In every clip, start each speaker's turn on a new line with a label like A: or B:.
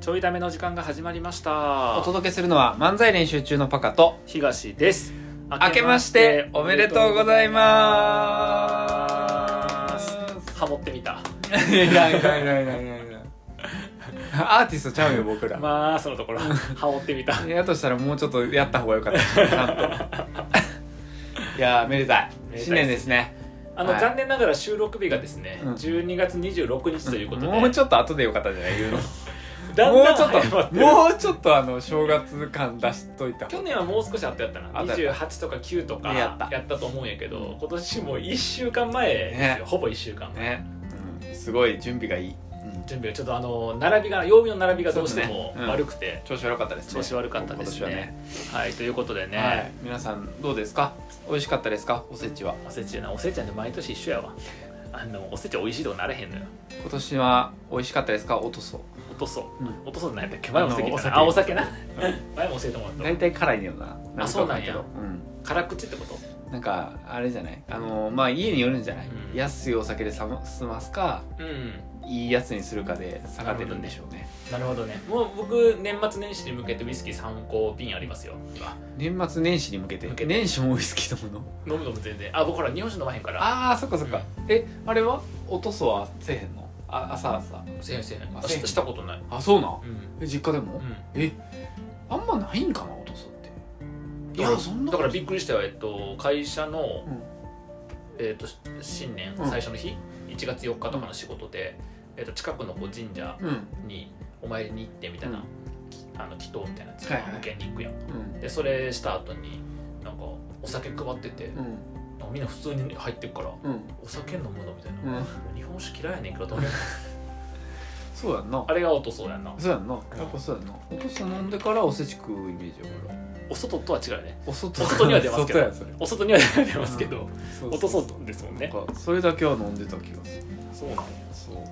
A: ちょいダメの時間が始まりました
B: お届けするのは漫才練習中のパカと
A: 東です
B: 明けましておめでとうござい
A: ま
B: ますす
A: ハモってみた
B: いやいやいやいやいやいやアーティストちゃうよ僕ら、
A: まあそのところ ハモってみた
B: やとしたらもうちょっとやった方がよかったちゃんと いやーめでたい
A: めでたいです
B: 新年ですね
A: あの、
B: はい
A: 残念ながら収録日がですね、
B: うん
A: 12月26日ということで、
B: もうちょっと後でよかったんじゃない言うの
A: だん
B: もう
A: だん
B: ちょっ
A: 早まっ
B: と
A: てる
B: もうちょっとあの正月感出しといた方
A: 去
B: が
A: 年はもう少しあったやったな
B: あったや
A: 28とか9とか
B: やった
A: やったと思うんやけど今年もう1週間前ですよ、
B: ね
A: ほぼ1週間前、
B: ね、うん、すごい準備がいい、うん、
A: 準備はちょっとあの並びが曜日の並びがどうして
B: そう
A: も
B: ですねうん
A: 悪くて、
B: 調子悪かったですね
A: 調子悪かったです
B: 今年は
A: ねはいということでね、
B: はい、皆さんどうですか美味しかったですかおせちは
A: おせちやなおせちなんて毎年一緒やわあのおせちは美味しいとこなれへんのよ
B: 今年は美味しかったですかおとそ
A: 落とそう
B: うん
A: 落とそうって何やったっけ前もおせち言ったな
B: あ
A: あ
B: の
A: お
B: お
A: 酒
B: 酒
A: な、前も教えてもらっ
B: 大体辛いねよな
A: あそうなんや
B: かわかんない
A: た辛口ってこと
B: けどうんなんかあれじゃないあのまあ家によるんじゃない、
A: うん
B: 安いお酒でさま済ますか
A: うん
B: いいやつにするかで差が出るんでしょうね
A: なるほどねもう僕年末年始に向けてウイスキー3個瓶ありますよ今
B: 年末年始に向けて
A: 向けて
B: 年始もウイスキー飲むの
A: 飲む飲む全然あ僕ほら日本酒飲まへんから
B: ああそっかそっか、えあれはおとそはせえへんのあ朝朝
A: せんせん
B: あ
A: し
B: せん
A: したことない
B: あそうなん
A: うん
B: え実家でも、
A: うん
B: えあんまないんかなおとそってい
A: だから
B: やそんな
A: だ
B: こ
A: から
B: と
A: びっくりしたよ、えっと、会社の、
B: うん
A: えっと、新年
B: うん
A: 最初の日、1月4日とかの仕事で、えっと、近くのこう神社
B: うんうん
A: にお参りに行ってみたいな、
B: うん
A: きあの祈祷みたいなやつ
B: はいはい
A: 向けに行くやん、でそれした後になんかお酒配ってて、
B: うん
A: なんかみんな普通に入ってくから
B: うん
A: お酒飲むのみたいな、
B: うん
A: 日本酒嫌いやねんけどと思って
B: そうやんな
A: あれが落とそうやんな
B: そうやんなやっぱそうやんなお父さん飲んでからおせち食うイメージやから
A: お外とは違うよね
B: お外
A: お外には出ますけど
B: 外やそれ
A: お外には出ますけど、
B: そう
A: 落とそうですもんね
B: なんかそれだけは飲んでた気がする
A: そうなの、
B: そう
A: ま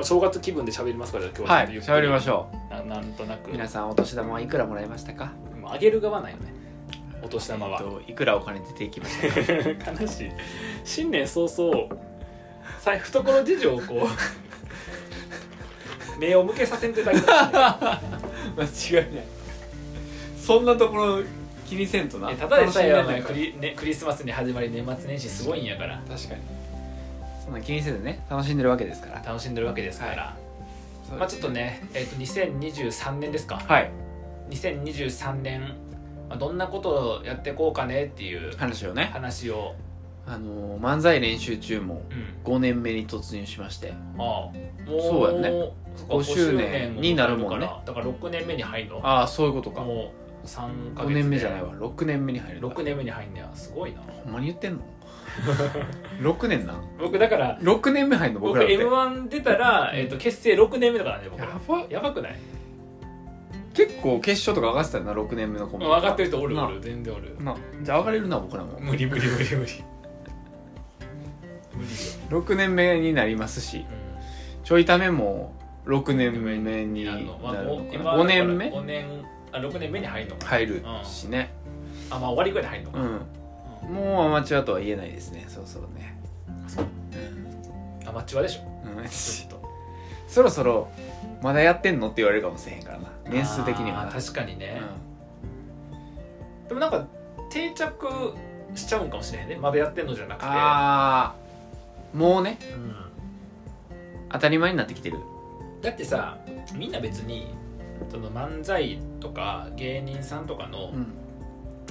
A: あ、正月気分で喋りますから今日
B: は
A: はいちょっと
B: 喋りましょ
A: ゆっくりななんとなく
B: う皆さんお年玉はいくらもらいましたか
A: もうあげる側なんよねお年玉は、
B: えっといくらお金出ていきましたか
A: 悲しい新年早々財布懐事情をこ う目を向けさせていただきましたね
B: 間違いないそんなところ気にせんとな
A: えただでさえお
B: 楽しんで
A: 前
B: んだか
A: ク
B: ら
A: リ,、ね、クリスマスに始まり年末年始すごいんやから
B: 確かにそんな気にせずね楽しんでるわけですから
A: 楽しんでるわけですから、まあちょっとね、えっと2023年ですか
B: はい
A: 2023年、まあ、どんなことをやっていこうかねっていう
B: 話をね
A: 話を、
B: あのー漫才練習中も
A: うん、
B: 5年目に突入しまして
A: ああもう
B: そうやね
A: そっか
B: 5周年になるもんね
A: だから6年目に入るの
B: ああそういうことか
A: もう3か月
B: 5年目じゃないわ6年目に入る
A: 6年目に入んねやすごいな
B: ほんまに言ってん の6年なん
A: 僕だから
B: 6年目入るの僕
A: 僕
B: らって
A: m 1出たら、えっと結成6年目だからね僕ら
B: やば
A: やばくない
B: 結構決勝とか上がってたよな6年目のコンビ
A: 分かってる人おる
B: な
A: おる全然おる
B: なじゃあ上がれるな僕らも
A: 無理無理無理無理無理よ
B: 6年目になりますし
A: う
B: ちょいためも6年目に
A: ん
B: な
A: あ
B: る
A: の
B: の
A: ま
B: か
A: あ
B: な
A: 5
B: 5年目
A: 5年あ6年目に入るのか
B: 入るしね
A: あまあ終わりぐらいに入るの
B: う
A: か
B: んもうアマチュアとは言えないですねそろそろねうん
A: うんアマチュアでしょ
B: うん
A: ちょっと
B: そろそろまだやってんのって言われるかもしれへんからな年数的には
A: あ
B: な
A: ー確かにね、でもなんか定着しちゃうんかもしれへんねまだやってんのじゃなくて
B: あーもうね
A: う
B: 当たり前になってきてる
A: んだってさみんな別にその漫才とか芸人さんとかの、
B: ん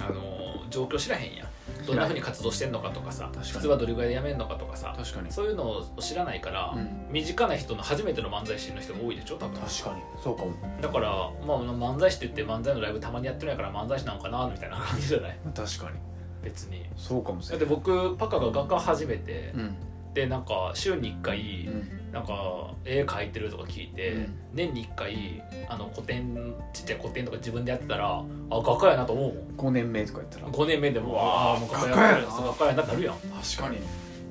A: あのー状況知らへんやんどんなふうに活動してんのかとかさ
B: 確かに
A: 普通はどれぐらいでやめんのかとかさ
B: 確かに
A: そういうのを知らないから、
B: うん
A: 身近な人の初めての漫才師の人が多いでしょ多分
B: 確かにそうかも
A: だから、まあ、漫才師って言って漫才のライブたまにやってないから漫才師なんかなみたいな感じじゃない
B: 確かに
A: 別に
B: そうかもし
A: だっ
B: れな
A: て
B: い
A: 僕パカが画家始めて、
B: うん
A: でなんか週に1回、
B: うん
A: なんか絵描いてるとか聞いて、
B: うん
A: 年に1回あの古典ちっちゃい古典とか自分でやってたらあ画家やなと思うもん
B: 5年目とか言ったら確
A: 5年目でもうああもう画家
B: 画家や
A: や
B: な
A: なそう画家やなってなるやんだか
B: かに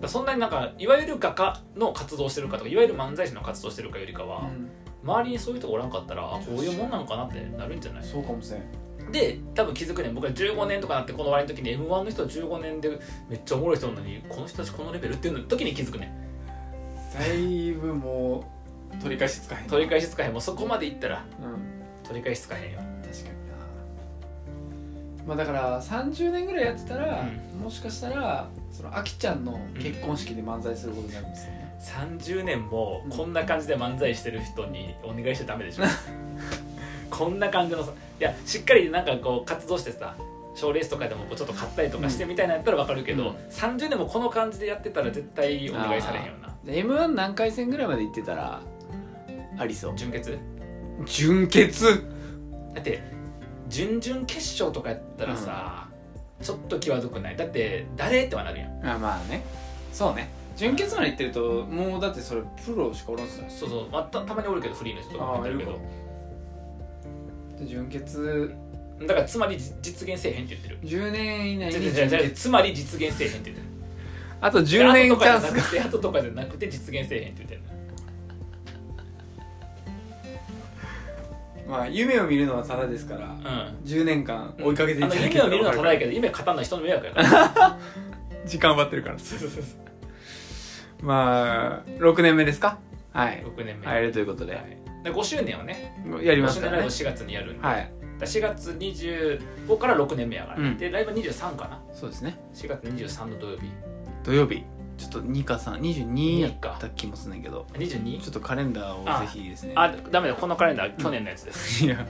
A: らそんなになんかいわゆる画家の活動してるかとかいわゆる漫才師の活動してるかよりかは、周りにそういう人がおらんかったらあこういうもんなんかなってなるんじゃない
B: そうかもしれん
A: で多分気づくねん僕は15年とかなってこの割の時に m 1の人15年でめっちゃおもろい人なのにこの人たちこのレベルっていうの時に気づくねん
B: だいぶもう取り返しつかへん
A: 取り返しつかへんもうそこまでいったら
B: うん
A: 取り返しつかへんよ
B: 確かになまあだから30年ぐらいやってたら、もしかしたらそのあきちゃんの結婚式で漫才することになるんですよね、
A: 30年もこんな感じで漫才してる人にお願いしちゃダメでしょ こんな感じのさいやしっかりなんかこう活動してさ賞レースとかでもこうちょっと買ったりとかしてみたいなやったらわかるけど、
B: うん
A: 30年もこの感じでやってたら絶対お願いされへんよな
B: で m 1何回戦ぐらいまで行ってたらありそう
A: 純潔
B: 純潔
A: だって準々決勝とかやったらさ、ちょっと際どくないだって誰ってはなるやん
B: あまあねそうね純潔まで行ってるともうだってそれプロしかおらんすね
A: そうそう、まあ、たたまにおるけどフリーの人とかもいるけ
B: あーい
A: ど
B: 純潔
A: だからつまりじ実現せえへんって言ってる
B: 10年以内
A: じゃ
B: に
A: じゃ
B: 純
A: じゃ
B: 潔
A: つまり実現せえへんって言ってる
B: あと10年チャン
A: 後とかじゃ
B: ス
A: な
B: が
A: くて後とかじゃなくて実現せえへんって言ってる
B: まあ夢を見るのはただですから
A: うん
B: 10年間追いかけてい
A: あの
B: ただけ
A: 夢
B: た
A: を見るのはただや
B: け
A: けど夢語んの人の迷惑やから
B: 時間奪ってるから
A: そうそうそう
B: まあ6年目ですかはい
A: 6年目、
B: 入るということで、
A: はいで5周年をね
B: やり
A: 5
B: ます
A: 周年
B: から
A: ライ
B: ね
A: ブ4月にやるんで、
B: はい
A: だ4月25から6年目やから、
B: うん
A: でライブ23かな
B: そうですね
A: 4月23の土曜日
B: 土曜日ちょっと2か322
A: 22
B: やった気もすんねんけど
A: 22?
B: ちょっとカレンダーをぜひですね
A: あダメだこのカレンダー去年のやつです、
B: いや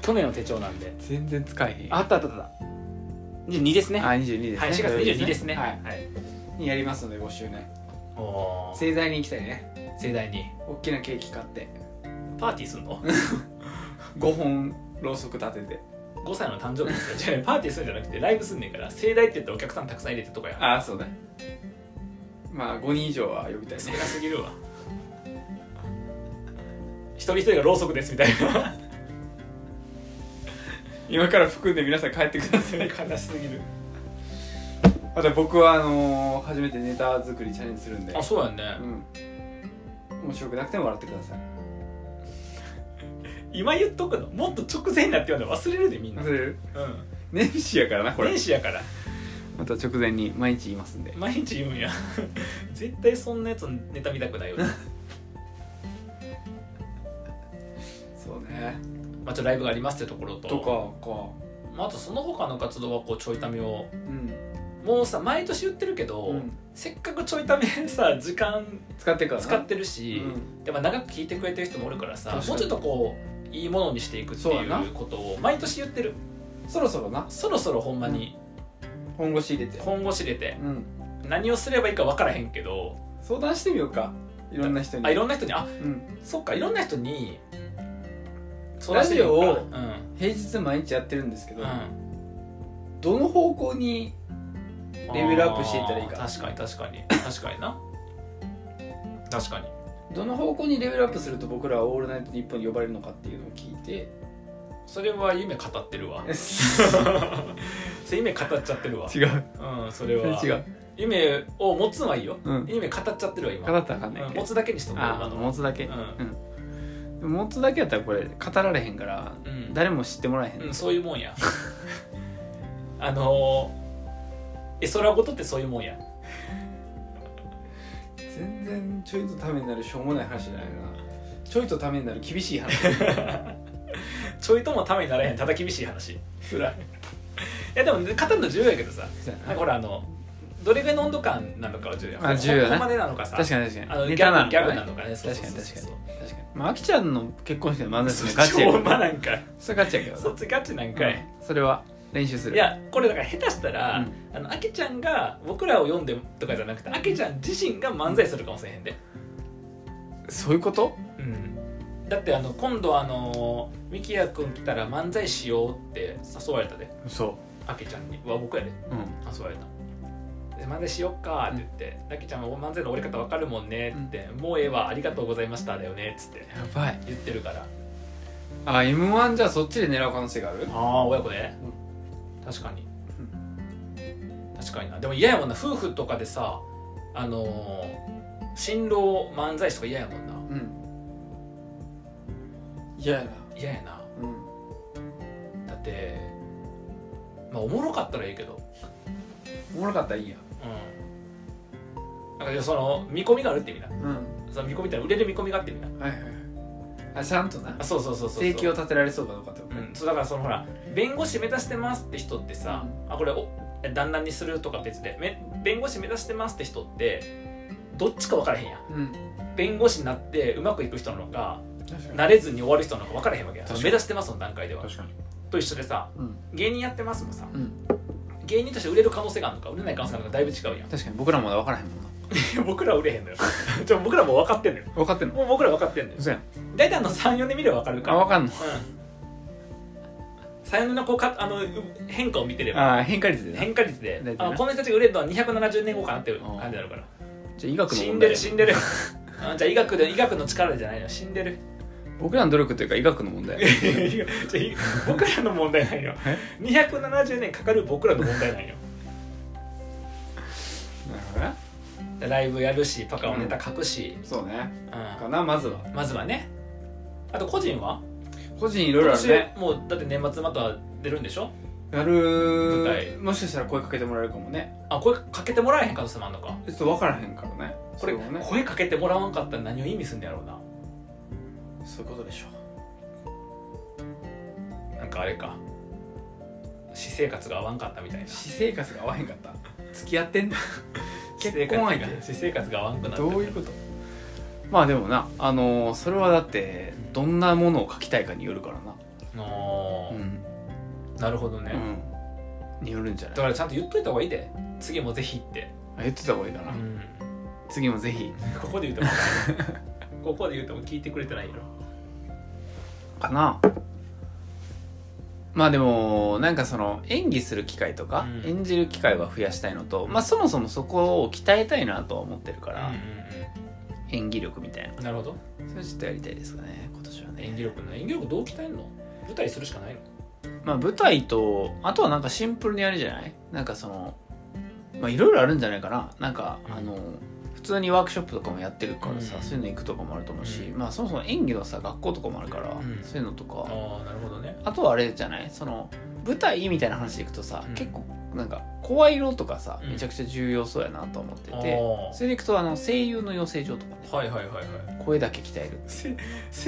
A: 去年の手帳なんで
B: 全然使えへん
A: あったあったあった22ですね
B: あ22ですね
A: はい、4月22ですね。
B: はいにやりますので5周年
A: おおー。
B: 盛大に行きたいね
A: 盛大に。
B: 大きなケーキ買って
A: パーティーすんの
B: 5本ろうそく立てて
A: ?5 歳の誕生日ですから。 じゃあパーティーするんじゃなくて、ライブすんねんから、盛大って言ったらお客さんたくさん入れてとかや。
B: ああそうねまあ5人以上は呼びたい
A: 少
B: ね
A: なすぎるわ。一人一人がろうそくですみたいな。
B: 今から含んで皆さん帰ってください
A: 悲しすぎる。
B: あと僕はあのー初めてネタ作りチャレンジするんで
A: あ、そうやんね。
B: うん面白くなくても笑ってください
A: 今言っとくの。もっと直前になって言わない忘れるで、みんな。
B: 忘れる
A: うん。
B: 年始やからなこれ
A: 年始やから。
B: また直前に毎日言いますんで
A: 毎日言うんや。 絶対そんなやつネタ見たくないよね。
B: そうね
A: まあ、ちょっとライブがありますってところと。
B: とかか
A: まあ、あとその他の活動はこうちょいためを
B: うん、
A: もうさ毎年言ってるけど、
B: うん、
A: せっかくちょいためさ時間
B: 使ってからな
A: 使ってるし、
B: うん
A: でも長く聞いてくれてる人もおるからさ
B: 確かに
A: もうちょっとこういいものにしていくって
B: そう
A: い
B: やな
A: うことを毎年言ってる
B: そろそろな
A: そろそろほんまに
B: 本腰入れて
A: 本腰入れて
B: うん
A: 何をすればいいか分からへんけど
B: 相談してみようかいろんな人に
A: あいろんな人にあ
B: うん、
A: そっかいろんな人に
B: ラジオを
A: 相談してみようか
B: 平日毎日やってるんですけ
A: う
B: ど、
A: ん、うん
B: どの方向にレベルアップしていったらいいか
A: あー確かに確かに確かにな確かに
B: どの方向にレベルアップすると僕らは「オールナイトニッポン」に呼ばれるのかっていうのを聞い て
A: それは夢語ってる わ
B: 違
A: それ夢語っちゃってるわ
B: う
A: うんそれは
B: 違う、
A: 夢を持つのはいいよ
B: うん、
A: 夢語っちゃってるわ今
B: 語ったらあかんね
A: うんん
B: け
A: 持
B: ど
A: つだけにしとこう
B: あ
A: 今
B: ー
A: の
B: 持つだけ、
A: う
B: でも持つだけやったらこれ語られへんから
A: んうん
B: 誰も知ってもらえへん、
A: うんそういうも んやあのー、え空事ってそういうもんや
B: 全然ちょいとためになるしょうもない話じゃないなちょいとためになる厳しい 話
A: ちょいともためにならへんただ厳しい話つらい いやでも語るの重要やけどさなんかほらあのどれぐらいの温度感なのかは重要や
B: あ重要やね
A: ほんまでなのかさ
B: 確かに確
A: あ
B: か
A: の
B: に
A: ギ
B: ネ
A: ャ
B: タ
A: グ
B: なの
A: ギャグ
B: か
A: な
B: ね
A: のかねそうそうそう
B: 確かに
A: そう
B: 確かにまああきちゃんの結婚式の漫才
A: そ
B: する
A: っ
B: のガ
A: ち
B: チや
A: ほ
B: け
A: んま
B: ど
A: なんかい
B: それガチやけどな
A: そっちガチなんかい、
B: うんそれは練習する
A: いやこれだから下手したら、
B: うん
A: あのあけちゃんが僕らを読んでとかじゃなくてあけちゃん自身が漫才するかもしれへんで、
B: そういうこと
A: うん、だってあの今度あのみきやくん来たら漫才しようって誘われたで
B: そ
A: あけちゃんには僕やで
B: ううん
A: 誘われたで漫才しよっかって言って「あけちゃんは漫才の終わり方わかるもんね」って「もうええわありがとうございました」だよねっつって
B: やばい
A: 言ってるから
B: あ m 1じゃあそっちで狙う可能性がある
A: ああ親子で、確かに、確かになでも嫌やもんな夫婦とかでさあのー新郎漫才師とか嫌やもんな
B: うん嫌やな
A: 嫌やな
B: うん
A: だってまあおもろかったらいいけど
B: おもろかったらいいや
A: うんなんかその見込みがあるって意味だ
B: うん
A: その見込みってのは売れる見込みがあってみんな
B: はいはいはいあちゃんとな
A: あそうそうそうそうそう
B: 請求を立てられそうかどうかってこと
A: うん、そうだからそのほら弁護士目指してますって人ってさ、あこれお旦那にするとか別でめ弁護士目指してますって人ってどっちか分からへんやん
B: うん
A: 弁護士になってうまくいく人なのか
B: 確か
A: なれずに終わる人なのか分からへんわけや
B: 確かに
A: 目指してますの段階では
B: 確かに
A: と一緒でさ
B: うん
A: 芸人やってますもさ
B: うん
A: 芸人として売れる可能性があるのか売れない可能性がある のかだいぶ違うやん
B: 確かに僕らまだ分からへんもんない
A: や僕らは売れへんのよ ちょ僕らもう分かってんのよ
B: 分かってんの
A: もう僕ら分かってんのよ
B: 嘘やん
A: 大体あの34年見れば分かるか
B: あ
A: ら
B: 分かんの
A: うん34年のこうかあのう変化を見てれば
B: あー変化率でな
A: 変化率で
B: 大体な
A: あのこの人たちが売れるのは270年後かなっていう感じになるから
B: じゃあ医学の
A: 死ん
B: 問
A: で
B: 題
A: る死んでるあじゃあ医学で医学の力じゃないの死んでる
B: 僕らの努力というか医学の問
A: い
B: 題
A: やいやじゃあ僕らの問題ないよ
B: え
A: 270年かかる僕らの問題ないよ
B: なるほどね
A: ライブやるしパカのネタ書くし、
B: そうね
A: う
B: かなまずは
A: ん、まずはねあと個人は
B: 個人いろいろあるね
A: 今年もうだって年末また出るんでしょ
B: や
A: 舞台
B: るもしかしたら声かけてもらえるかもね
A: あ声かけてもらえへん可能性もあるのか
B: ちょっと分からへんからね
A: これ
B: そうね
A: 声かけてもらわんかったら何を意味するんだろうな
B: そういうことでしょう
A: なんかあれか私生活が合わんかったみたいな
B: 私生活が合わへんかった付き合ってんだ
A: 私
B: 結
A: 生活
B: 婚
A: が
B: 相手
A: 私生活が合わんくなった
B: どういうことまあでもなあのーそれはだってどんなものを書きたいかによるからな
A: あー
B: ん、
A: なるほどね、
B: うん、によるんじ
A: だ
B: ゃない
A: からちゃんと言っといた方がいいで次もぜひって、
B: あ言ってた方がいいかな、次もぜひ
A: ここで言うても ここで言うても聞いてくれてないよ
B: かなまあでもなんかその演技する機会とか、
A: うん
B: 演じる機会は増やしたいのと、まあ、そもそもそこを鍛えたいなとは思ってるから、演技力みたいな
A: なるほど
B: それちょっとやりたいですかね今年はね
A: 演技力の演技力どう鍛えんの舞台するしかないの
B: まあ舞台とあとはなんかシンプルにあれじゃないなんかそのまあいろいろあるんじゃないかななんか、
A: うん
B: あの普通にワークショップとかもやってるからさ、
A: うん
B: そういうの行くとかもあると思うし、
A: う
B: まあそもそも演技のさ学校とかもあるから、
A: うん
B: そういうのとか、
A: ああなるほどね
B: あとはあれじゃないその舞台みたいな話でいくとさ、
A: うん
B: 結構なんか声色とかさ、
A: うん
B: めちゃくちゃ重要そうやなと思って
A: あ
B: て、それでいくとあの声優の養成所とかね
A: ーはいはいはいはい
B: 声だけ鍛える
A: せ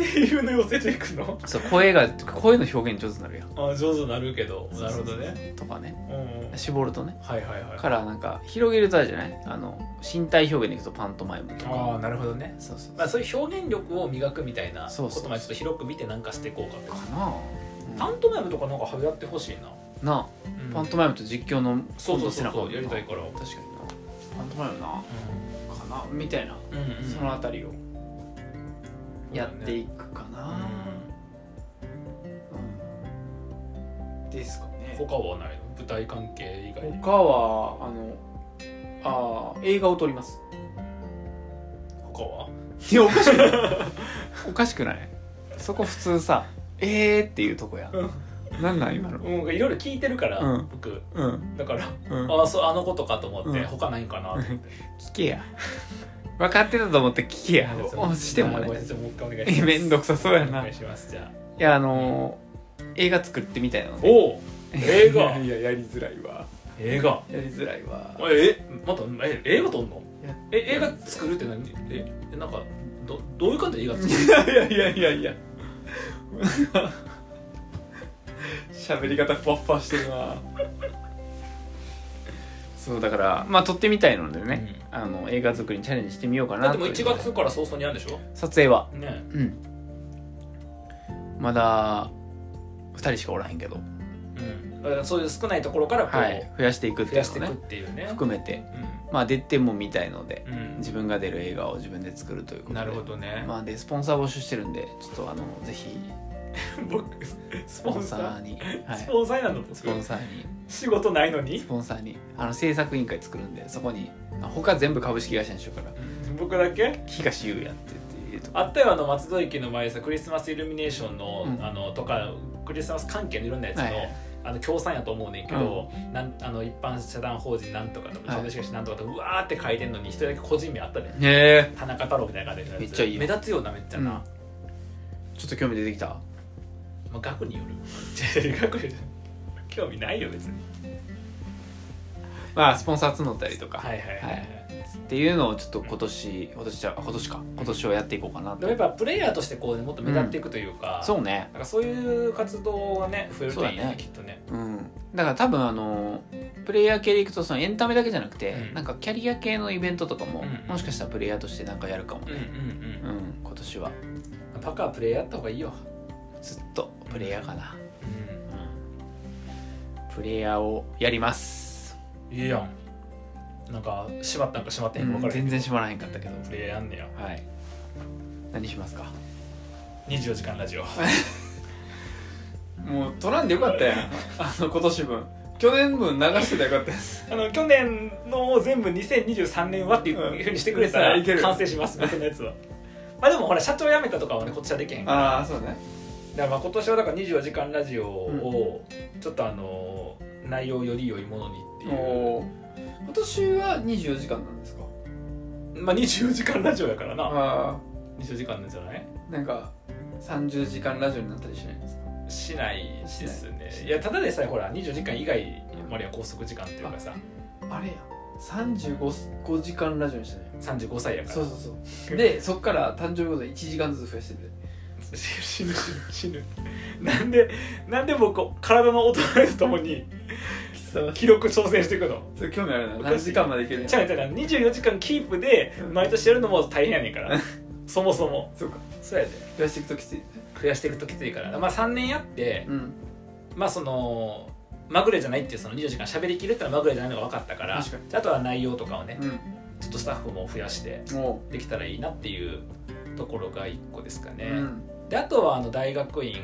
A: 声優の養成所行くの
B: そう声が声の表現上手になるやん
A: あー上手になるけどなるほど
B: そうそう
A: ね
B: そうとかね
A: うんうん
B: 絞るとね
A: はいはいはい
B: からなんか広げるとあれじゃないあの身体表現でいくとパントマイムと
A: ああ
B: か
A: なるほどね
B: そうそう
A: まあ、そういう表現力を磨くみたいな
B: そ
A: こ
B: うそう
A: とまでちょっと広く見てなんかしていこうかと
B: か
A: か
B: な
A: パントマイムとかなんか流行ってほしいな、
B: うんなあパントマイムと実況の
A: そうそうそ
B: 背
A: う
B: 中
A: そ
B: を
A: うやりたいから、うん
B: 確かになパントマイムなかなみたいな
A: うんうん、
B: そのあたりをやっていくか
A: う
B: な、
A: ん
B: うんですかね
A: 他はないの舞台関係以外で
B: 他はあのあー映画を撮ります
A: 他はい
B: やおかしくない おかしくないそこ普通さえーっていうとこや、
A: う
B: なんなん今の
A: もういろいろ聞いてるから、
B: うん
A: 僕
B: うん
A: だから、
B: うん
A: ああそうあのことかと思って、
B: うん
A: 他ないんかなと思って
B: 聞けや分かってたと思って聞けやおしても
A: はいごめん
B: ね
A: なさいもう一回お願い
B: え
A: します
B: めんどくさそうや
A: お
B: な
A: 願い
B: い
A: しますじゃあ
B: やあのー映画作ってみたいなので
A: おお映
B: いや
A: 画
B: いややりづらいわ
A: 映画
B: やりづらいわ
A: ええまたえ映画撮んの
B: いや
A: え映画作るって何ええなんかどどういう感じで映画作る
B: いやいやいやいや喋り方ふわふわしてるなそうだからまあ撮ってみたいのでね、あの映画作りにチャレンジしてみようか
A: だ
B: な
A: ってもう
B: と
A: 1
B: いうことで
A: 月から早々にやるんでしょ
B: 撮影は
A: ね
B: うんまだ2人しかおらへんけど、
A: うんだからそういう少ないところからこう、
B: はい、増やしていくって
A: 増
B: い
A: や
B: う
A: し
B: の
A: ていく
B: を
A: っ
B: ね
A: ていうね
B: 含めて
A: う
B: まあ出ても見たいので
A: ん、うん
B: 自分が出る映画を自分で作るということで
A: なるほどね、
B: まあでスポンサー募集してるんでちょっとあのぜひ
A: 僕ス
B: ス
A: ポ
B: ポ
A: ン
B: ン
A: サ
B: サ
A: ー
B: ーに、は
A: ス
B: い、
A: ポンサーなの僕
B: スポンサーに
A: 仕事ないのに
B: スポンサーにあの制作委員会作るんでそこにあ他全部株式会社にしようから
A: 僕だけ
B: 東優也って言っているとこ
A: あったよあの松戸駅の前さクリスマスイルミネーションの,、
B: うん
A: あのとかクリスマス関係のいろんなやつの、
B: はいはい
A: あの協賛やと思うねんけど、なんあの一般社団法人なんとかとか
B: はい
A: 株式会社なんとかとかうわーって書いてんのに一人だけ個人名あったね
B: へえ
A: 田中太郎みたいな感じのやつ
B: めっちゃいいよ
A: 目立つようなめっちゃな、ま
B: ちょっと興味出てきた
A: あ、 額による違う違う額による興味ないよ別に
B: まあスポンサー募ったりとか、
A: はいはいはい、
B: は
A: はいい、
B: っていうのをちょっと今年今年じゃあ今年か今年はやっていこうかな
A: で
B: と
A: もやっぱプレイヤーとしてこうねもっと目立っていくというか、
B: そうね
A: なんかそういう活動がね増えるといい
B: そうだ
A: ね
B: ね
A: きっとね
B: うんだから多分あのプレイヤー系でいくとそのエンタメだけじゃなくて、
A: うん
B: なんかキャリア系のイベントとかも、
A: うんうん
B: もしかしたらプレイヤーとしてなんかやるかも
A: うんう
B: ね、うんん今年は
A: うんパカはプレイヤーやった方がいいよ、
B: ずっとプレイヤーかな、
A: う
B: うん、プレイヤーをやります、
A: ん、いいやんなんか縛ったんか縛ってへんか分からへん
B: 全然縛らへんかったけど
A: プレイヤーやんねや
B: はい何しますか
A: 24時間ラジオ
B: もう取らんでよかったやん あの今年分去年分流してたらよ かったです
A: あの去年のを全部2023年はって いうふうにしてくれた
B: う
A: ら
B: んいける
A: 完成します僕のやつ はまあでもほら社長辞めたとかはねこっちはできへんから
B: ああそうね
A: だからまあ今年はだから24時間ラジオをちょっとあの内容をより良いものにっていう、
B: おー今年は24時間なんですか
A: まあ24時間ラジオやからな
B: あ
A: 24時間なんじゃない
B: あなんか30時間ラジオになったりしないんですか
A: しないですね
B: しない
A: いやただでさえほら24時間以外までは拘束時間っていうかさ
B: あれや35 5時間ラジオにしたね
A: 35歳やから
B: そうそう そうでそっから誕生日ごとに1時間ずつ増やしてて
A: 死ぬ死ぬ死ぬなんでなんで僕体の衰えとともに記録挑戦していくの
B: それ興味あるな
A: おかしい
B: 何時間までいけるんや
A: ちゃうちゃう24時間キープで毎年やるのも大変やねん からそもそも
B: そうか
A: そうやで
B: 増やしていくときついね
A: 増やしていくときついからまあ3年やって
B: うん
A: まあそのまぐれじゃないっていうその24時間喋りきるってのはまぐれじゃないのが分かったから
B: 確かに
A: あとは内容とかをね
B: う
A: ちょっとスタッフも増やして
B: んおう
A: できたらいいなっていうところが1個ですかね、
B: うん
A: であとはあの大学院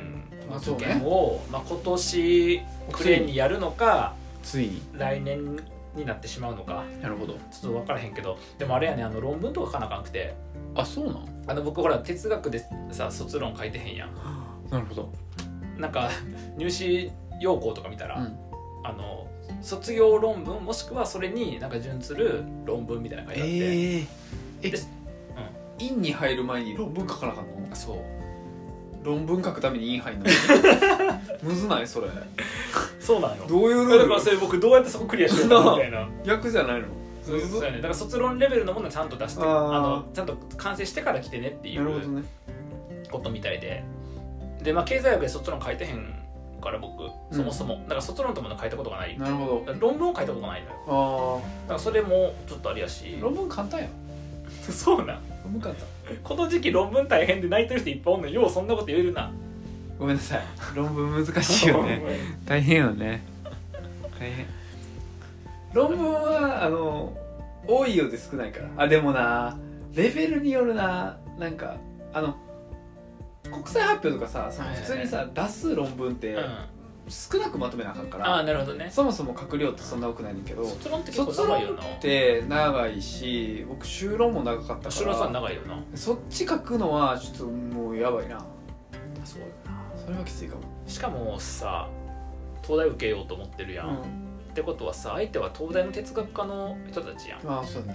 A: の
B: あそう
A: 受
B: ね
A: 験を、まあ、今年暮れにやるのか
B: ついに
A: 来年になってしまうのか
B: なるほど
A: ちょっと分からへんけどでもあれやねあの論文とか書かなあかんくて
B: あそうなん
A: あの僕ほら哲学でさ卒論書いてへんやん
B: なるほど
A: なんか入試要項とか見たら、
B: うん
A: あの卒業論文もしくはそれになんか準ずる論文みたいなのが書いてあって、
B: ええ
A: です
B: 院に入る前に論文書かなあかんの
A: そう
B: 論文書くために院入んの むずないそれ
A: そうなんよ
B: どういうル
A: だから
B: ー
A: そ
B: ル
A: れ僕どうやってそこクリアしようかなみたいな
B: 逆じゃないの
A: そうそうやねだから卒論レベルのものはちゃんと出して
B: あ
A: あ
B: ー
A: のちゃんと完成してから来てねってい
B: なるほど
A: う
B: ね
A: ことみたいででまあ経済学で卒論書いてへんから僕そもそも、だから卒論ともの書いたことがないだ
B: なるほ
A: から論文を書いたことがないのよ
B: どあ
A: だからそれもちょっとあれやし
B: あ論文簡単や
A: そうなん
B: 論文簡単
A: この時期論文大変で泣いてる人いっぱいおんのにようそんなこと言えるな
B: ごめんなさい論文難しいよね大変よね大変論文はあの多いようで少ないからあでもなレベルによるななんかあの国際発表とかさその
A: はいはい
B: 普
A: はい
B: 通にさ出す論文って
A: うん、
B: 少なくまとめなあかんか
A: ああ
B: ら、
A: なるほどね
B: そもそも閣僚ってそんな多くないねんだけど
A: 卒論って結構
B: 卒
A: 長いよ
B: 論
A: な
B: って長いし僕修論も長かった
A: 修
B: か
A: 羅さん
B: ら
A: 長いよな
B: そっち書くのはちょっともうやばいな
A: そうよな
B: それはきついかも、
A: しかもさ東大受けようと思ってるやん、
B: うん、
A: ってことはさ相手は東大の哲学科の人たちやんだ
B: ああそうだな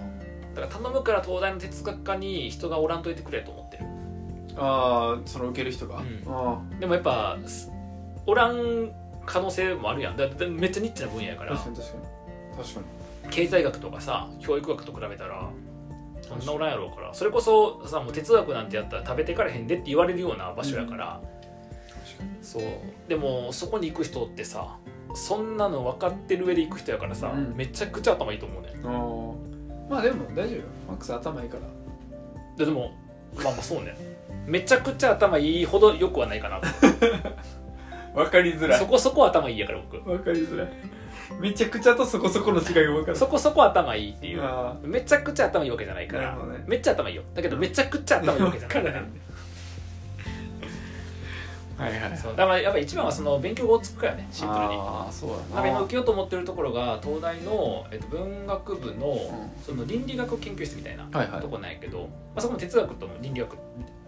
A: から頼むから東大の哲学科に人がおらんといてくれと思ってる
B: ああその受ける人が、
A: うん
B: あ
A: でもやっぱすおらん可能性もあるやんだだめっちゃニッチな分野やか
B: あ
A: ら
B: 確かに確かに確かに
A: 経済学とかさ教育学と比べたらそんなおらんやろうからそれこそさもう哲学なんてやったら食べてからへんでって言われるような場所やから、
B: 確かに
A: そうでもそこに行く人ってさそんなの分かってる上で行く人やからさ、
B: うん
A: めちゃくちゃ頭いいと思うねん
B: あーまあでも大丈夫よマックス頭いいから
A: ででもまあまあそうねめちゃくちゃ頭いいほどよくはないかなと思って
B: わかりづ
A: そこそこ頭いいやから僕
B: わかりづらいめちゃくちゃとそこそこの違いがわかる
A: そこそこ頭いいっていう
B: あ
A: めちゃくちゃ頭いいわけじゃないか
B: なる
A: ら
B: ほどね
A: めっちゃ頭いいよだけどめちゃくちゃ頭いいわけじゃないから
B: はいはいはい
A: そうだからやっぱ一番はその勉強をつくからねシンプルに。
B: ああそう
A: な
B: だ
A: んか今
B: な
A: 受けようと思ってるところが東大の、えっと、文学部の,、
B: ん
A: その倫理学研究室みたいな
B: はいはい
A: とこなんやけど、まあ、そこも哲学とも倫理学っ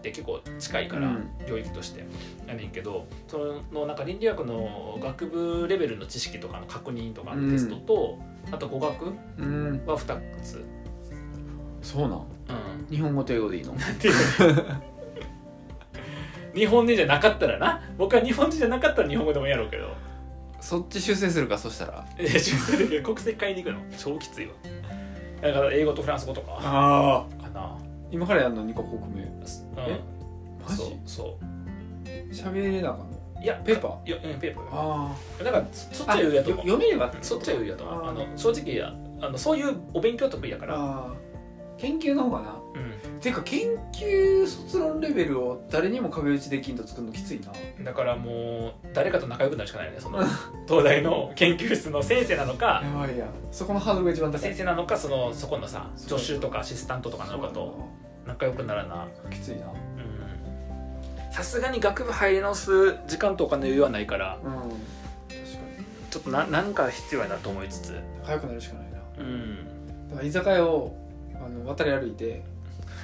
A: て結構近いから、
B: うん
A: 領域としてやねんけどそのなんか倫理学の学部レベルの知識とかの確認とかのテストと、あと語学
B: うん
A: は2つ。
B: そうなん
A: うん
B: 日本語と英語でいいの
A: っていう日本人じゃなかったらな僕は日本人じゃなかったら日本語でもやろうけど
B: そっち修正するかそしたら
A: いや中世 で国籍買いに行くの超きついわだから英語とフランス語とか
B: ああ
A: かな
B: 今からやるの2カ国目え
A: う
B: マ
A: んそう
B: ジ
A: そ
B: 喋れなかんの
A: ういや
B: ペーパー
A: いやうんペーパー
B: あ
A: だからそそっちは
B: あ
A: 余裕やと思う
B: 読めれば
A: そっちは余裕やと思う
B: あ
A: あの正直やあのそういうお勉強得意やから
B: あー研究の方がな
A: う
B: ていうか研究卒論レベルを誰にも壁打ちできんと作るのきついなん
A: だからもう誰かと仲良くなるしかないよねその東大の研究室の先生なのか
B: やばいやんそこのハードルが一番高い
A: 先生なのかそのそこのさ
B: そう
A: 助手とかアシスタントとかなのかと仲良くならな
B: きついな
A: うんさすがに学部入り直す時間とお金余裕はないから
B: うん確かに
A: ちょっとな何か必要やなと思いつつ
B: 早くなるしかないな
A: うん
B: だから居酒屋をあの渡り歩いて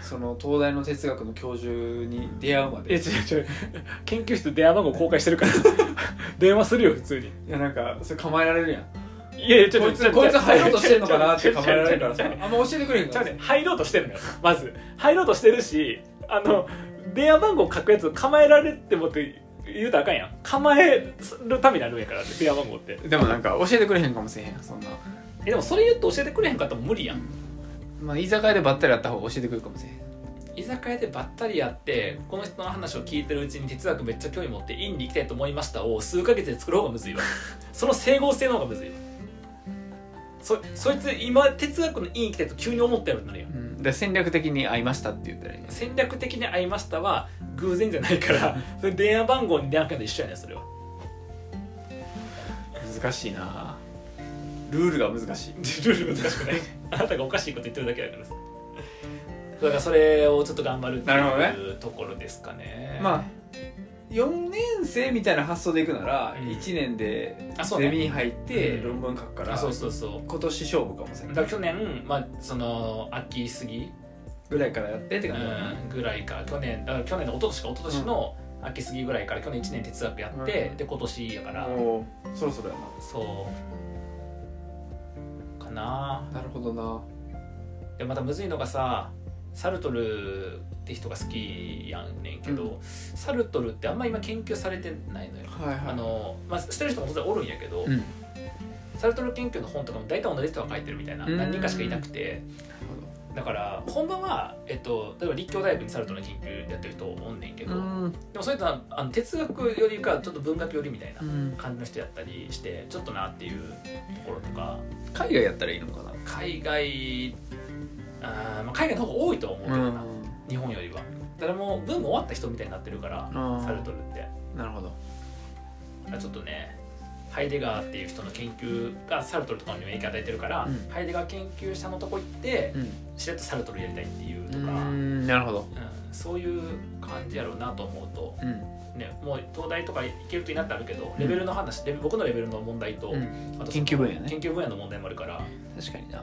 B: その東大の哲学の教授に出会うま
A: え
B: で
A: 違う違う 研究室電話番号公開してるから 電話するよ普通に
B: いやなんかそれ構えられるやん
A: いやいやちょ
B: こいつこいつ入ろうとしてんのかなって構えられるからさ
A: ちょ
B: あんま教えてくれへん
A: ち
B: か
A: ゃう
B: らさ
A: ね入ろうとしてるのよまず入ろうとしてるしあの電話番号書くやつ構えられてもって言うとあかんやん構えるためにあるんやから電話番号って
B: でもなんか教えてくれへんかもしれへんそんな
A: えでもそれ言うと教えてくれへんかったら無理やん
B: まあ居酒屋でばったり会った方が教えてくれるかもしれへん
A: 居酒屋でばったりやってこの人の話を聞いてるうちに哲学めっちゃ興味持って院に行きたいと思いましたを数ヶ月で作る方がむずいわその整合性の方がむずいわそそいつ今哲学の院行きたいと急に思ったようになるやん
B: うん、で戦略的に会いましたって言ったらいいね
A: 戦略的に会いましたは偶然じゃないから それ電話番号に電話かけたら一緒やねんそれは
B: 難しいなルールが難しい
A: ルール難しく ないあなたがおかしいこと言ってるだけだからさだからそれをちょっと頑張るって
B: なるほどね
A: いうところですかね
B: まあ4年生みたいな発想でいくなら、
A: うん
B: 1年で
A: あそうね
B: ゼミに入って
A: うん
B: 論文書くから、
A: あそうそうそう
B: 今年勝負かもしれ
A: だ
B: な
A: か
B: い
A: ら去年、まあ、その秋過ぎ
B: ぐらいからやってって感じだな
A: うんぐらいか去年だから去年の一昨年か一昨年の秋過ぎぐらいから去年1年哲学やって、
B: うん
A: で今年やから、
B: もうそろそろやな
A: そうかな
B: なるほどな
A: でまたむずいのがさサルトルって人が好きやんねんけど、
B: うん
A: サルトルってあんま今研究されてないのよ、
B: はいはい
A: あのまあ、してる人も当然おるんやけど、
B: うんなる
A: サルトル研究の本とかも大体同じ人が書いてるみたいな
B: うん
A: 何人かしかいなくてだから本番は、えっと、例えば立教大学にサルトルの研究やってる人おんねんけ
B: ほど
A: ど、
B: うん
A: でもそういったあの哲学よりかちょっと文学よりみたいな
B: うん
A: 感じの人やったりしてちょっとなっていうところとか
B: 海外やったらいいのかな
A: 海外あーまあ海外の方が多いとは思うけどな、日本よりは誰もうブーム終わった人みたいになってるから
B: うん
A: サルトルって
B: なるほど
A: あちょっとねハイデガーっていう人の研究がサルトルとかにも影響与えてるから、
B: うん
A: ハイデガー研究者のとこ行って
B: うん
A: しれっとサルトルやりたいっていうと
B: う
A: か、うん
B: んなるほど
A: そういう感じやろうなと思うと、
B: うん
A: ね、もう東大とか行けるといいなってあるけどレベルの話、レベ僕のレベルの問題と、
B: うん
A: あと
B: 研究分野ね
A: 研究分野の問題もあるから、
B: 確かにな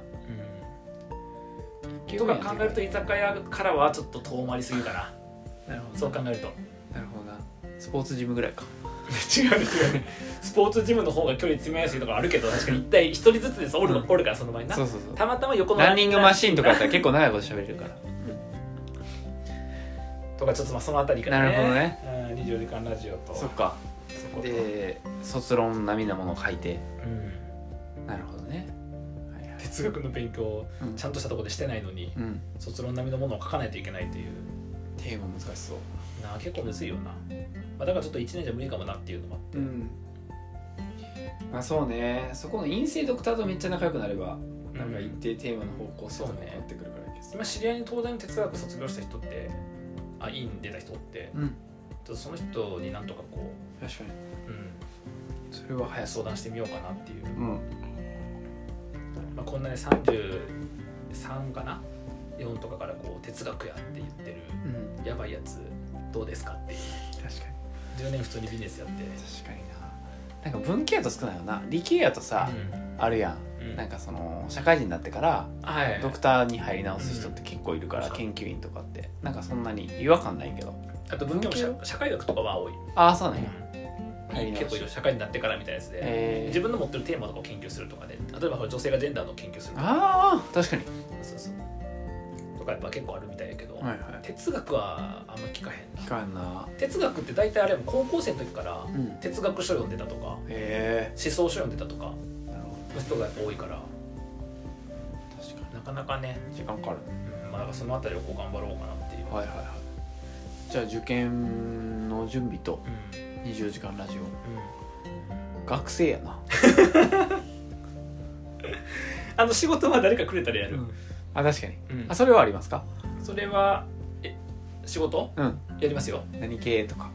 A: とか考えると居酒屋からはちょっと遠回りすぎるかな
B: なるほど
A: そう考えると
B: なるほどなスポーツジムぐらいか
A: 違う違うねスポーツジムの方が距離詰めやすいとかあるけど確かに一体一人ずつですおる,、
B: うん
A: おるからその前にな
B: そうそうそう
A: たまたま横の
B: ランニングマシーンとかやったら結構長いこと喋れるから
A: とかちょっとまあそのあたりからね
B: なるほどね
A: うん、24時間ラジオと
B: そっか
A: そこと
B: で卒論並みなものを書いて
A: うん
B: なるほどねはいはい
A: 哲学の勉強を
B: うん
A: ちゃんとしたところでしてないのに
B: うん
A: 卒論並みのものを書かないといけないっていう
B: テーマ難しそう
A: なあ結構むずいよな、まあ、だからちょっと1年じゃ無理かもなっていうのもあって
B: うんまあそうねそこの陰性ドクターとめっちゃ仲良くなればなんか一定テーマの方向性とか
A: そうね
B: 変わってくるからいいです
A: 今知り合いに東大の哲学卒業した人ってあ院に出た人って
B: うん
A: ちょっとその人になんとかこ
B: 確かに
A: う、うん、
B: それは早そう
A: 相談してみようかなっていう、
B: うん
A: まあ、こんなね33かな4とかからこう哲学やって言ってる
B: うん
A: やばいやつどうですかっていう
B: 確かに
A: 10年普通にビジネスやって
B: 確かにななんか文系やと少ないよな理系やとさ、あるやん
A: うんうん
B: なんかその社会人になってから
A: はい
B: ドクターに入り直す人って結構いるから、
A: うん
B: 研究員とかってなんかそんなに違和感ないけど
A: あと文系も社社会学とかは多い、
B: ああそうなんや、入り直し
A: 結構いろいろ社会になってからみたいなやつで、
B: えー
A: 自分の持ってるテーマとかを研究するとかで例えばほら女性がジェンダーの研究するとか
B: ああ確かに
A: そうそうとかかやっぱ結構あるみたいやけど、
B: はいはい
A: 哲学はあんま聞かへんな
B: 聞かんな
A: 哲学って大体あれも高校生の時から
B: うんへ
A: 哲学書読んでたとか思
B: え
A: 想書読んでたとか
B: なるほ
A: 人がやっぱ多いから
B: ど確か
A: なかなかね、
B: に時間かかる
A: うんまあ、なんかその辺りをこう頑張ろうかなっていう、
B: はいはいはいじゃあ受験の準備と
A: うん
B: 24時間ラジオ
A: うん
B: 学生やな
A: あの仕事は誰かくれたらやる、
B: あ確かに
A: うん
B: あそれはありますか
A: それはえ仕事
B: うん
A: やりますよ
B: 何系とか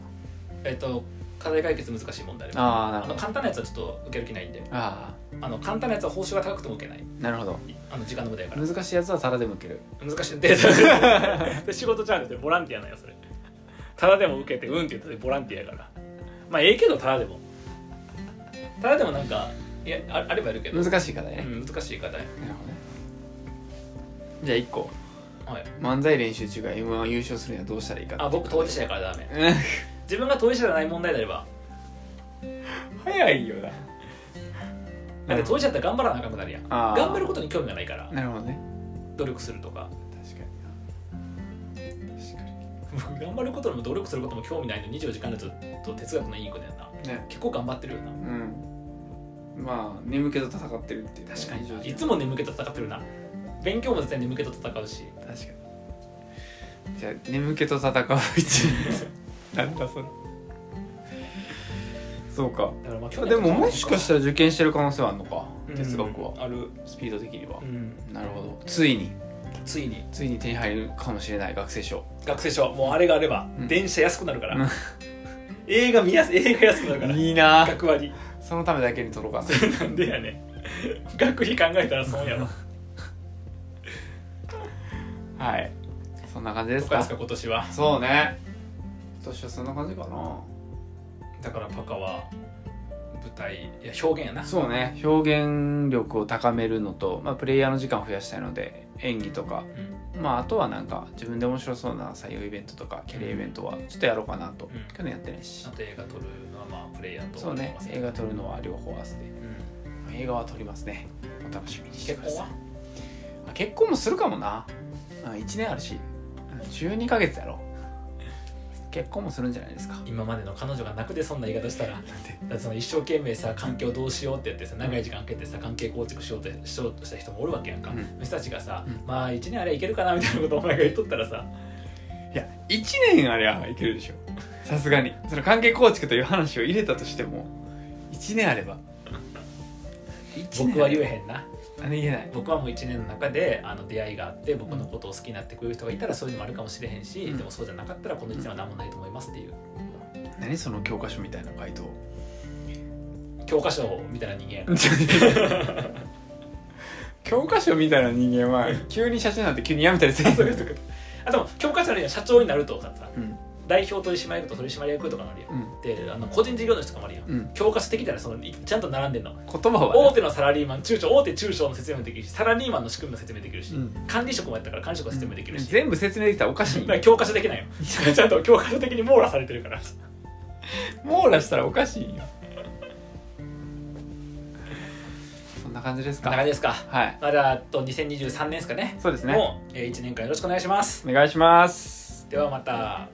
A: えっと課題解決難しい問題あります
B: ああな
A: あ
B: るほ
A: の
B: ど
A: 簡単なやつはちょっと受ける気ないんで
B: あ
A: あの簡単なやつは報酬が高くても受けない
B: あなるほど
A: あの時間の無駄やから
B: 難しいやつは皿でも受ける
A: 難しいで で仕事じゃなくてボランティアなんよそれただでも受けてうんって言ってボランティアやからまあええけどただでもただでもなんかいやああればやるけど、
B: 難しい課題ね、
A: うん難しい課題
B: なるほどねじゃあ1個
A: はい
B: 漫才練習中が m 1優勝するにはどうしたらいいか
A: あ僕
B: 当
A: 当事
B: 事
A: 者やからダメ
B: 者
A: 自分が当事者じゃない問題であれば
B: 早いよな
A: だって当事者だったら頑張らなあかんくなるやん
B: あー
A: 頑張ることに興味がないから
B: なるほどね
A: 努力するとか
B: 確かに確か
A: 僕頑張ることにも努力することも興味ないの24時間でずっと哲学のいい子だよな
B: にね
A: 結構頑張ってるよな
B: うんまあ眠気と戦ってるっていう
A: 確かにい
B: い
A: つ
B: つも
A: も眠気と戦ってるな勉強も絶対眠気と戦うし
B: 確かにじゃあ眠気と戦う一日なんだそれそうか
A: だからまあ
B: あでももしかしたたら受験してる可能性はあるのか
A: うん
B: 哲学は、
A: ある、
B: スピード的には
A: う、ん、
B: なるほどついに
A: ついに
B: ついに手に入るかもしれない学生証
A: 学生証もうあれがあれば、
B: うん
A: 電車安くなるから、
B: うん
A: 映画見やす映画安くなるから
B: いいな
A: 学割
B: そのためだけに取ろうかな
A: なんでやねん学費考えたら損やろ
B: はいそんな 感じで
A: と
B: す
A: か
B: か
A: ですか今年は
B: そうね今年はそんな感じかな
A: だからパカは舞台いや表現やな
B: そうね表現力を高めるのと、まあ、プレイヤーの時間を増やしたいので演技とか、まあ、あとはなんか自分で面白そうな採用イベントとかキャリアイベントはちょっとやろうかなと、
A: うん
B: 去年やってないし
A: あと映画撮るのはまあプレイヤーと
B: そうね映
A: 画、
B: 画撮るのは両方合わせて映画は撮りますねお楽しみにして
A: 結婚
B: くださ
A: はい
B: あ結婚もするかもなあ1年あるしうん12ヶ月やろ結婚もするんじゃないですか
A: 今までの彼女が泣くでそんな言い方したらだってその一生懸命さ環境どうしようって言ってさ長い時間かけてさ関係構築しようとしようとした人もおるわけやんか、
B: うん
A: その人たちがさ、
B: うん
A: まあ1年あれいけるかなみたいなことお前が言っとったらさ
B: いや1年ありゃいけるでしょさすがにその関係構築という話を入れたとしても1年あれば
A: 僕は言え
B: ん
A: へんな
B: あ言えない
A: 僕はもう1年の中であの出会いがあって僕のことを好きになってくれる人がいたらそういうのもあるかもしれへんし、
B: うん
A: でもそうじゃなかったらこの1年は何もないと思いますっていう
B: 何その教科書みたいな回答
A: 教科書みたいな人間やから
B: 教科書みたいな人間は急に社長になって急に辞めたりする
A: そういうことかあでも教科書のように社長になるとかさ
B: うん
A: 代表取締役と取締役とかなるやん
B: うん
A: であの個人事業主とかもあるやん
B: うん
A: 教科書的ならそのいちゃんと並んでんの
B: 言葉は
A: 大
B: ね
A: 手のサラリーマン中小大手中小の説明もできるしサラリーマンの仕組みの説明できるし、
B: うん
A: 管理職もやったから管理職の説明もできるし、
B: 全部説明できたらおかしい
A: だから教科書でき ないよちゃんと教科書的に網羅されてるから
B: 網羅したらおかしいよそんな感じです
A: こんな感
B: か
A: じですか
B: はい
A: まだあと2023年ですかね
B: そうですね
A: もう、え1年間よろしくお願いします
B: お願いします
A: ではまた